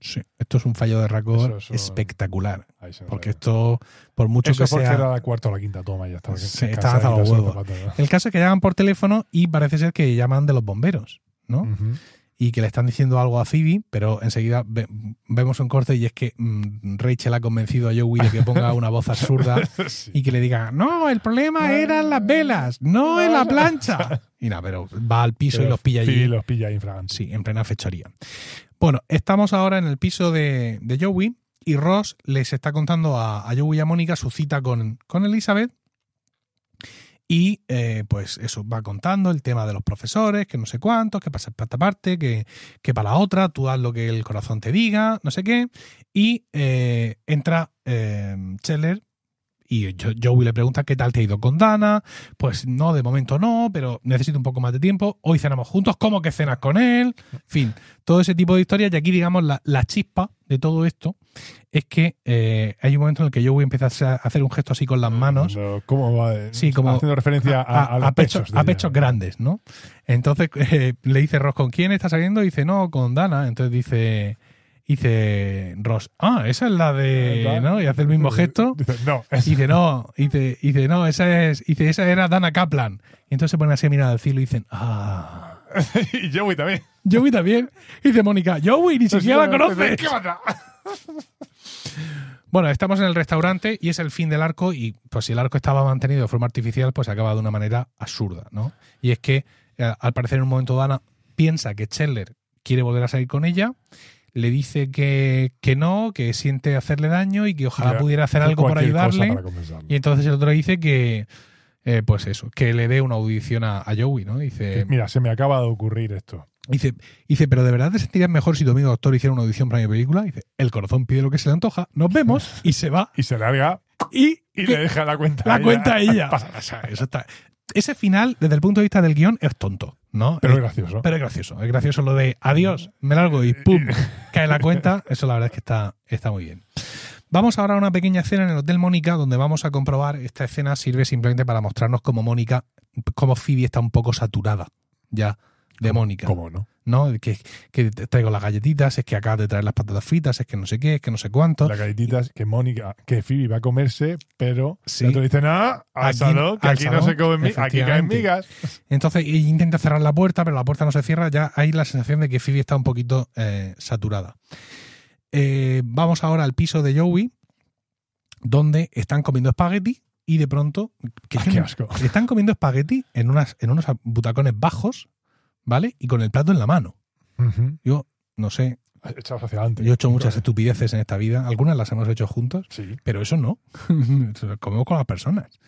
Sí. Esto es un fallo de racor Eso es un- espectacular. Ahí se me Porque va. esto, por mucho Eso que porque sea. era la cuarta o la quinta toma, ya estaba. Sí, se estaba cansaba hasta los de quitarse huevos. zapatos, El caso es que llaman por teléfono y parece ser que llaman de los bomberos, ¿no? ¿no? Ujú. Y que le están diciendo algo a Phoebe, pero enseguida ve- vemos un corte y es que mm, Rachel ha convencido a Joey de que ponga una voz absurda Sí. y que le diga, no, el problema eran las velas, no en la plancha. Y nada, pero va al piso y Pero los pilla allí. Phoebe los pilla infragantes. Sí, en plena fechoría. Bueno, estamos ahora en el piso de, de Joey y Ross les está contando a, a Joey y a Mónica su cita con, con Elizabeth. Y eh, pues eso, va contando el tema de los profesores, que no sé cuántos, que pasa para esta parte, que, que para la otra, tú haz lo que el corazón te diga, no sé qué. Y eh, entra eh, Scheller y Jo- Joey le pregunta qué tal te ha ido con Dana. Pues no, de momento no, pero necesito un poco más de tiempo. Hoy cenamos juntos, ¿cómo que cenas con él? En fin, todo ese tipo de historias. Y aquí, digamos, la, la chispa de todo esto es que eh, hay un momento en el que Joey empieza a hacer- a hacer un gesto así con las manos Cuando- ¿Cómo va? eh? Sí, como- Haciendo referencia a, a, a los Ah, a pechos, de a ella. pechos grandes, ¿no? Entonces eh, le dice Ross, ¿con quién está saliendo? Dice, no, con Dana. Entonces dice, dice Ross, ah, esa Ah, es la de... ¿Verdad? ¿no? Y hace el mismo gesto. Eh, Dice, no, Y dice, no, y dice, y dice, no, esa es, y dice, esa era Dana Kaplan. Y entonces se ponen así a mirar al cielo y dicen, ah. y Joey también. Joey también. Y dice Mónica, Joey, ni siquiera la conoces. ¿Qué pasa? Bueno, estamos en el restaurante y es el fin del arco y pues si el arco estaba mantenido de forma artificial, pues acaba de una manera absurda, ¿no? Y es que eh, al parecer en un momento Dana piensa que Scheller quiere volver a salir con ella, le dice que, que no, que siente hacerle daño y que ojalá Que- pudiera hacer algo para Cualquier cosa ayudarle. para compensarlo. Y entonces el otro le dice que, eh, pues eso, que le dé una audición a, a Joey, ¿no? Que, Dice, Mira, se me acaba de ocurrir esto. dice, dice, pero ¿de verdad te sentirías mejor si tu amigo doctor hiciera una audición para mi película? Dice, el corazón pide lo que se le antoja, nos vemos y se va Y se larga y, y que- le deja la cuenta. la a ella. cuenta a ella. Pasa, pasa. Eso está- Ese final, desde el punto de vista del guión, es tonto, ¿no? Pero Eh, gracioso. pero es gracioso. Es gracioso lo de adiós, me largo y ¡pum! cae la cuenta. Eso la verdad es que está, está muy bien. Vamos ahora a una pequeña escena en el Hotel Mónica donde vamos a comprobar esta escena sirve simplemente para mostrarnos cómo Mónica, cómo Phoebe está un poco saturada ya de Mónica. ¿Cómo no? ¿No? Que, que te traigo las galletitas, es que acabas de traer las patatas fritas, es que no sé qué, es que no sé cuánto. Las galletitas que Mónica, que Phoebe va a comerse, pero Sí. el otro dice, nada, al Aquí- salón, que al aquí no salón, se comen migas, aquí caen efectivamente. migas. Entonces e- intenta cerrar la puerta, pero la puerta no se cierra. Ya hay la sensación de que Phoebe está un poquito eh, saturada. Eh, vamos ahora al piso de Joey, donde están comiendo espagueti y de pronto. que Ah, yo qué no- asco. Están comiendo espagueti en, unas, en unos butacones bajos, ¿vale? Y con el plato en la mano. Ujú. Yo no sé, Echados hacia adelante. yo he hecho muchas estupideces en esta vida. Algunas las hemos hecho juntos. Sí. Pero eso no. Eso lo Comemos con las personas.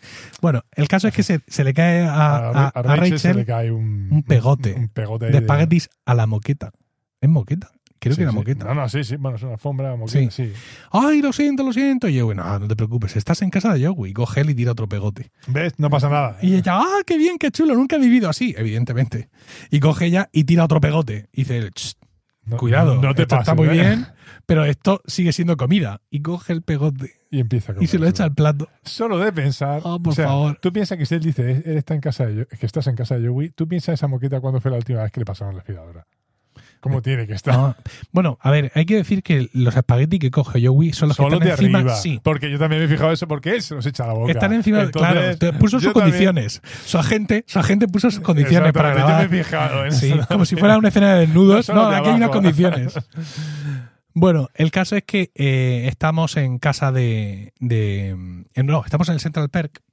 Bueno, el caso es que se, se le cae a, a- a Rachel se le Rachel cae un, un pegote Un, pegote ahí de espaguetis a la moqueta. ¿Es moqueta? Creo Sí, que era sí. moqueta. No, no, sí, sí. Bueno, es una alfombra, moqueta, sí. Ay, lo siento, lo siento. Y yo, bueno, "Ah, no te preocupes, estás en casa de Joey. Coge él y tira otro pegote. ¿Ves? No pasa nada. Y ella, ah, qué bien, qué chulo, nunca he vivido así, evidentemente. Y coge ella y tira otro pegote. Y dice, él, "Ch, No- cuidado, No te esto pases, está muy ¿eh? bien, pero esto sigue siendo comida. Y coge el pegote Y empieza a y se lo comérselo. echa al plato. Solo de pensar. Oh, por o sea, favor. Tú piensas que si él dice, él está en casa de Yo- que estás en casa de Joey, tú piensas esa moqueta cuando fue la última vez que le pasaron la aspiradora. ¿Cómo tiene que estar? No. Ah. Bueno, a ver, hay que decir que los espaguetis que coge Joey son los Solo que de están encima. arriba. Sí, Porque yo también me he fijado eso porque él se los echa a la boca. están encima. Entonces, claro, puso sus yo también- condiciones. Su agente, su agente puso sus condiciones para Exactamente, grabar. Yo me he fijado en Sí, eso. como si fuera una escena de desnudos. Eso es lo No, de aquí hay unas abajo. condiciones. Bueno, el caso es que eh, estamos en casa de, de- eh, No, estamos en el Central Perk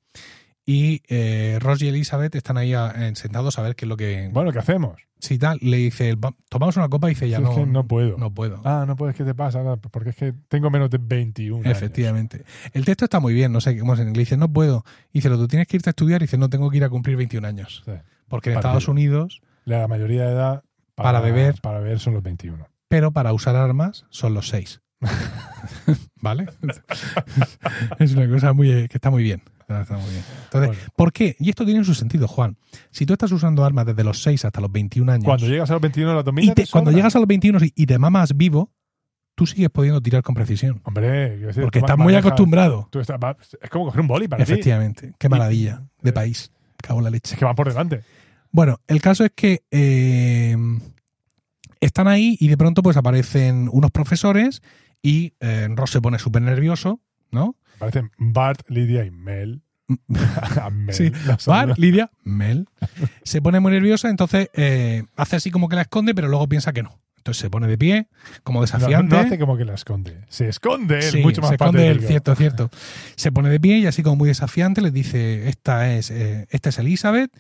y eh, Ross y Elizabeth están ahí a- eh, sentados a ver qué es lo que. Bueno, ¿qué hacemos? Si tal, le dice, "Va- tomamos una copa y dice, ya Si es no, que no puedo. no puedo. Ah, no puedes, ¿qué te pasa? Nada, Porque es que tengo menos de 21 años. Efectivamente. El texto está muy bien, no sé cómo es en inglés. Dice, no puedo. Y dice, lo tú tienes que irte a estudiar. Y dice, no tengo que ir a cumplir 21 años. Sí. Porque en Partido. Estados Unidos, La mayoría de edad Para beber. Para beber son los 21. pero para usar armas son los 6. ¿Vale? es una cosa muy, eh, que está muy bien. Está muy bien. Entonces, Bueno. ¿por qué? Y esto tiene su sentido, Juan. Si tú estás usando armas desde los 6 hasta los 21 años, Cuando llegas a los 21 la y dominas. te- te cuando sobra. llegas a los 21 y te mamas vivo, tú sigues pudiendo tirar con precisión. Hombre, quiero decir, Porque tú ma- estás muy manejas- acostumbrado. tú estás- va- es como coger un boli para ti. Efectivamente. Qué maravilla de Eh, país. Cago en la leche. Es que van por delante. Bueno, el caso es que eh, están ahí y de pronto pues aparecen unos profesores y eh, Ross se pone súper nervioso, ¿no? Parecen Bart, Lidia y Mel. A Mel, Sí, la sombra. Bar, Lidia, Mel. Se pone muy nerviosa, entonces eh, hace así como que la esconde, pero luego piensa que no. Entonces se pone de pie, como No, no, desafiante. hace como que la esconde. Se esconde él, Sí, mucho más se esconde él, patético. cierto, cierto. Se pone de pie y así como muy desafiante le dice, esta es, eh, esta es Elizabeth,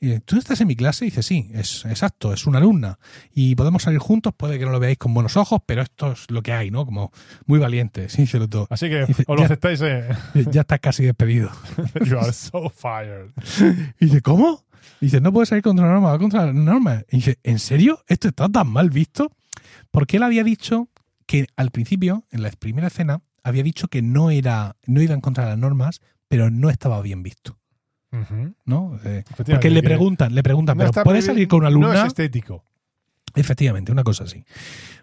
Eh, ¿tú estás en mi clase? Y dice, sí, es exacto, es una alumna. Y podemos salir juntos, puede que no lo veáis con buenos ojos, pero esto es lo que hay, ¿no? Como muy valiente, sí, se lo to- Así que Dice, os lo ya- aceptáis. Eh. Ya estás casi despedido. You are so fired. Y dice, ¿cómo? Y dice, no puedes salir contra la norma, va contra la norma. Y dice, ¿en serio? ¿Esto está tan mal visto? Porque él había dicho que al principio, en la primera escena, había dicho que no era, no iban contra las normas, pero no estaba bien visto. Ujú. ¿No? Eh, Efectivamente, porque le que preguntan, le preguntan, no pero está ¿puedes prohibi- salir con una alumna? No es este- estético. Efectivamente, una cosa así.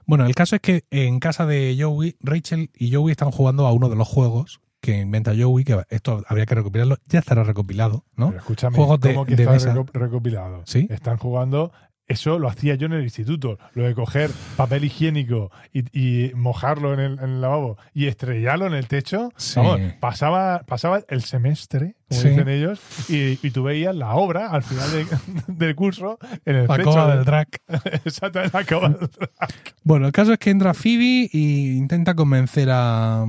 Bueno, el caso es que en casa de Joey, Rachel y Joey están jugando a uno de los juegos que inventa Joey, que esto habría que recopilarlo, ya estará recopilado, ¿no? Pero escúchame, Juegos de- ¿cómo que de está mesa. reco- recopilado? Sí. Están jugando. Eso lo hacía yo en el instituto, lo de coger papel higiénico y, y mojarlo en el, en el lavabo y estrellarlo en el techo. Sí. Vamos, pasaba, pasaba el semestre, como Sí. dicen ellos, y, y tú veías la obra al final de- del curso en el La techo. coba del drag. Exacto, en la coba del drag. Bueno, el caso es que entra Phoebe y intenta convencer a,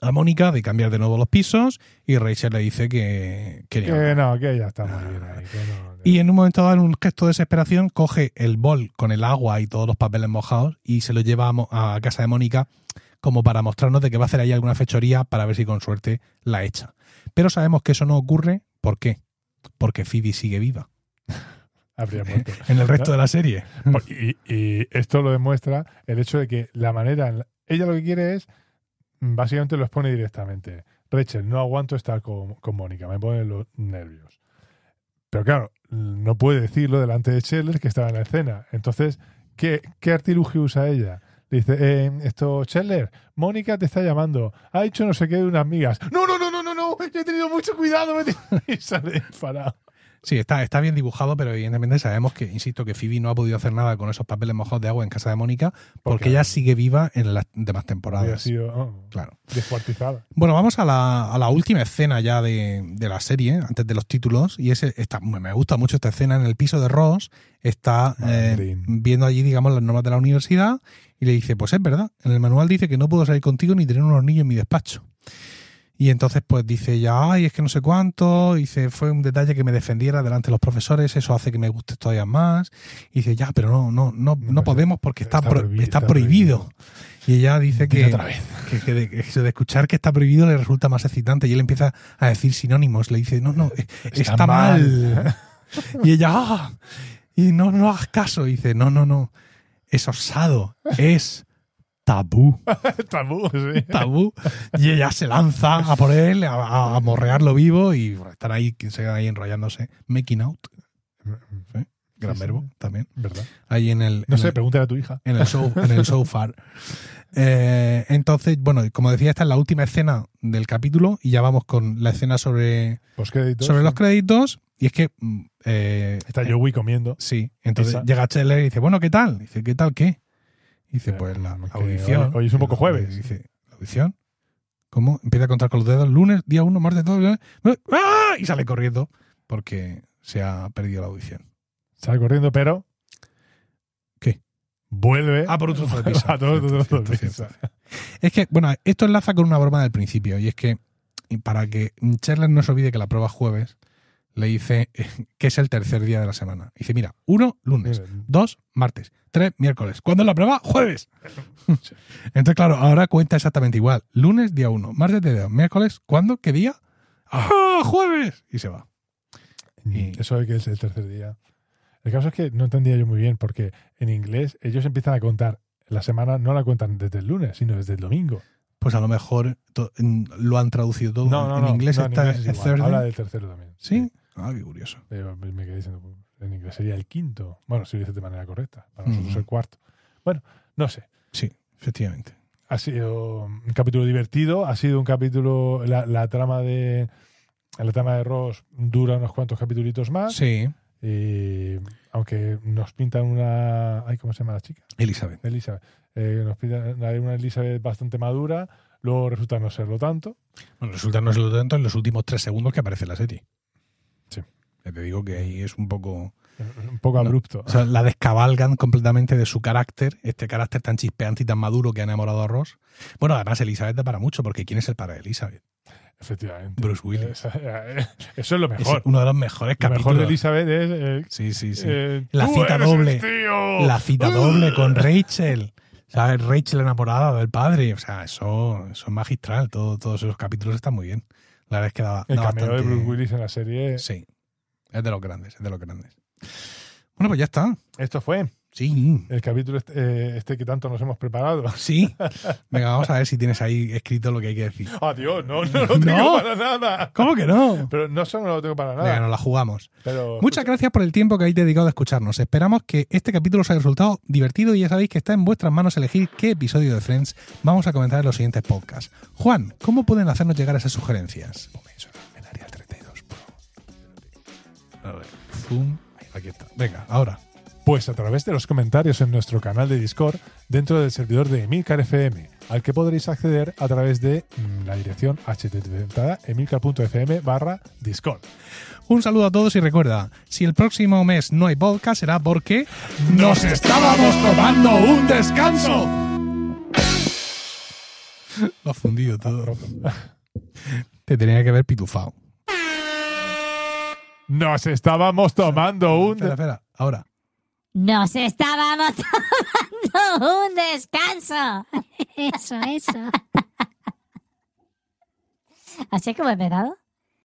a Mónica de cambiar de nuevo los pisos y Rachel le dice que quería. Que Eh, no, que ya está muy bien ahí. que no- Y en un momento dado, en un gesto de desesperación, coge el bol con el agua y todos los papeles mojados y se lo lleva a, Mo- a casa de Mónica como para mostrarnos de que va a hacer ahí alguna fechoría para ver si con suerte la echa. Pero sabemos que eso no ocurre. ¿Por qué? Porque Phoebe sigue viva habría muerto. en el resto de la serie. Por- Y, y esto lo demuestra el hecho de que la manera. en la- ella lo que quiere es. mm, Básicamente lo expone directamente. Rachel, no aguanto estar con, con Mónica, me ponen los nervios. Pero claro, no puede decirlo delante de Scheller, que estaba en la escena. Entonces, ¿qué, qué artilugio usa ella? Le dice, eh, esto, Scheller, Mónica te está llamando. Ha hecho no sé qué de unas migas. No, no, no, no, no, no. Yo he tenido mucho cuidado. me he tenido-". Y sale disparado. Sí, está, está bien dibujado, pero evidentemente sabemos que, insisto, que Phoebe no ha podido hacer nada con esos papeles mojados de agua en casa de Mónica porque, Porque- ella sigue viva en las demás Había temporadas. sido oh, Claro. descuartizada. Bueno, vamos a la, a la última escena ya de, de la serie, antes de los títulos, y es esta, me me gusta mucho esta escena en el piso de Ross, está Madre eh, green. viendo allí, digamos, las normas de la universidad, y le dice, pues es verdad, en el manual dice que no puedo salir contigo ni tener un hornillo en mi despacho. Y entonces pues dice ella, ay, es que no sé cuánto, y dice, fue un detalle que me defendiera delante de los profesores, eso hace que me guste todavía más. Y dice, ya, pero no, no, no, No, pero podemos porque está, está pro- prohibi- está está prohibido. prohibido. Y ella dice Dile que, otra vez. que, que de, que eso de escuchar que está prohibido le resulta más excitante y él empieza a decir sinónimos. Le dice, no, no, eh, está, Está mal. Y ella, "Ah". y no, no hagas caso. Y dice, no, no, no, es osado, es tabú, Tabú, sí. tabú. Y ella se lanza a por él, a- a, a morrearlo vivo y bueno, están ahí, que se quedan ahí enrollándose. Making out, ¿Eh? gran Sí, sí. verbo también. ¿Verdad? Ahí en el, No en sé, el- pregúntale a tu hija. en el show, en el show far. Eh, entonces, bueno, y como decía, esta es la última escena del capítulo y ya vamos con la escena sobre, Postcréditos. sobre los créditos. Y es que. mm, eh, Está eh, Joey comiendo. Sí, entonces Esa. llega Chandler y dice, bueno, ¿qué tal? Dice, ¿qué tal qué? Dice, Eh, pues la, la que audición. hoy- hoy es un poco jueves. Dice, ¿la audición? ¿Cómo? Empieza a contar con los dedos lunes, día uno, martes, dos, lunes, ¡ah! y sale corriendo porque se ha perdido la audición. Sale corriendo, pero. ¿Qué? Vuelve. Ah, por otro lado de ¿Eh? Ah, todo- todo- todo- Cierto, cierto, Es que, bueno, esto enlaza con una broma del principio, y es que y para que Chandler no se olvide que la prueba es jueves, le dice que es el tercer día de la semana. Dice, mira, uno, pues, lunes, dos, martes, tres, miércoles. ¿Cuándo es la prueba? Jueves. Entonces, claro, ahora cuenta exactamente igual. Lunes, día uno, martes, día dos, miércoles, ¿cuándo? ¿Qué día? ¡Ah, jueves! Y se va. Y Eso de que es el tercer día. El caso es que no entendía yo muy bien, porque en inglés ellos empiezan a contar. La semana no la cuentan desde el lunes, sino desde el domingo. Pues a lo mejor to- en- lo han traducido todo. No, no, en no, inglés no, está inglés es el igual. third Habla day. del tercero también. ¿Sí? Ah, qué curioso. Eh, Me quedé diciendo, en inglés sería el quinto. Bueno, si lo dices de manera correcta. Para Ujú. nosotros el cuarto. Bueno, no sé. Sí, efectivamente. ha sido un capítulo divertido, ha sido un capítulo, la, la trama de la trama de Ross dura unos cuantos capítulos más, Sí, y aunque nos pintan una, ay, ¿cómo se llama la chica? Elizabeth. Elizabeth, Eh, nos pintan una una Elizabeth bastante madura, luego resulta no serlo tanto, Bueno, resulta no es lo tanto en los últimos tres segundos que aparece la serie. Sí. Ya Te digo que ahí es un poco. un poco No. abrupto. O sea, la descabalgan completamente de su carácter, este carácter tan chispeante y tan maduro que ha enamorado a Ross. Bueno, además Elizabeth da para mucho, porque ¿quién es el padre de Elizabeth? Efectivamente. Bruce Willis. Eso es lo Es mejor. uno de los mejores Lo capítulos. mejor de Elizabeth es... eh, Sí, sí, sí. eh, oh. La "Tú cita eres el doble. tío". Uh. La cita doble con Rachel. ¿Sabes? Rachel enamorada del padre. O sea, eso, eso es magistral. Todo, todos esos capítulos están muy bien. La verdad es que da, El da cameo bastante. de Bruce Willis en la serie. Sí. Es de los grandes, es de los grandes. Bueno, pues ya está. Esto fue Sí. el capítulo este, eh, este que tanto nos hemos preparado. Sí. Venga, vamos a ver si tienes ahí escrito lo que hay que decir. Adiós, no, no lo tengo No. para nada. ¿Cómo que no? Pues Pero no solo no lo tengo para nada. Venga, nos la jugamos. pero Muchas gracias por el tiempo que habéis dedicado a escucharnos. Esperamos que este capítulo os haya resultado divertido y ya sabéis que está en vuestras manos elegir qué episodio de Friends vamos a comentar en los siguientes podcasts. Juan, ¿cómo pueden hacernos llegar esas sugerencias? A ver, zoom. Aquí está. Venga, ahora. Pues a través de los comentarios en nuestro canal de Discord dentro del servidor de Emilcar FM, al que podréis acceder a través de mm, la dirección http emilcar.fm barra Discord. Un saludo a todos y recuerda, si el próximo mes no hay podcast será porque nos estábamos tomando un descanso. Lo ha fundido todo. Te tenía que haber pitufado. Nos estábamos tomando un... Espera, espera, ahora. Nos estábamos tomando un descanso. Eso, eso. ¿Así es como he empezado?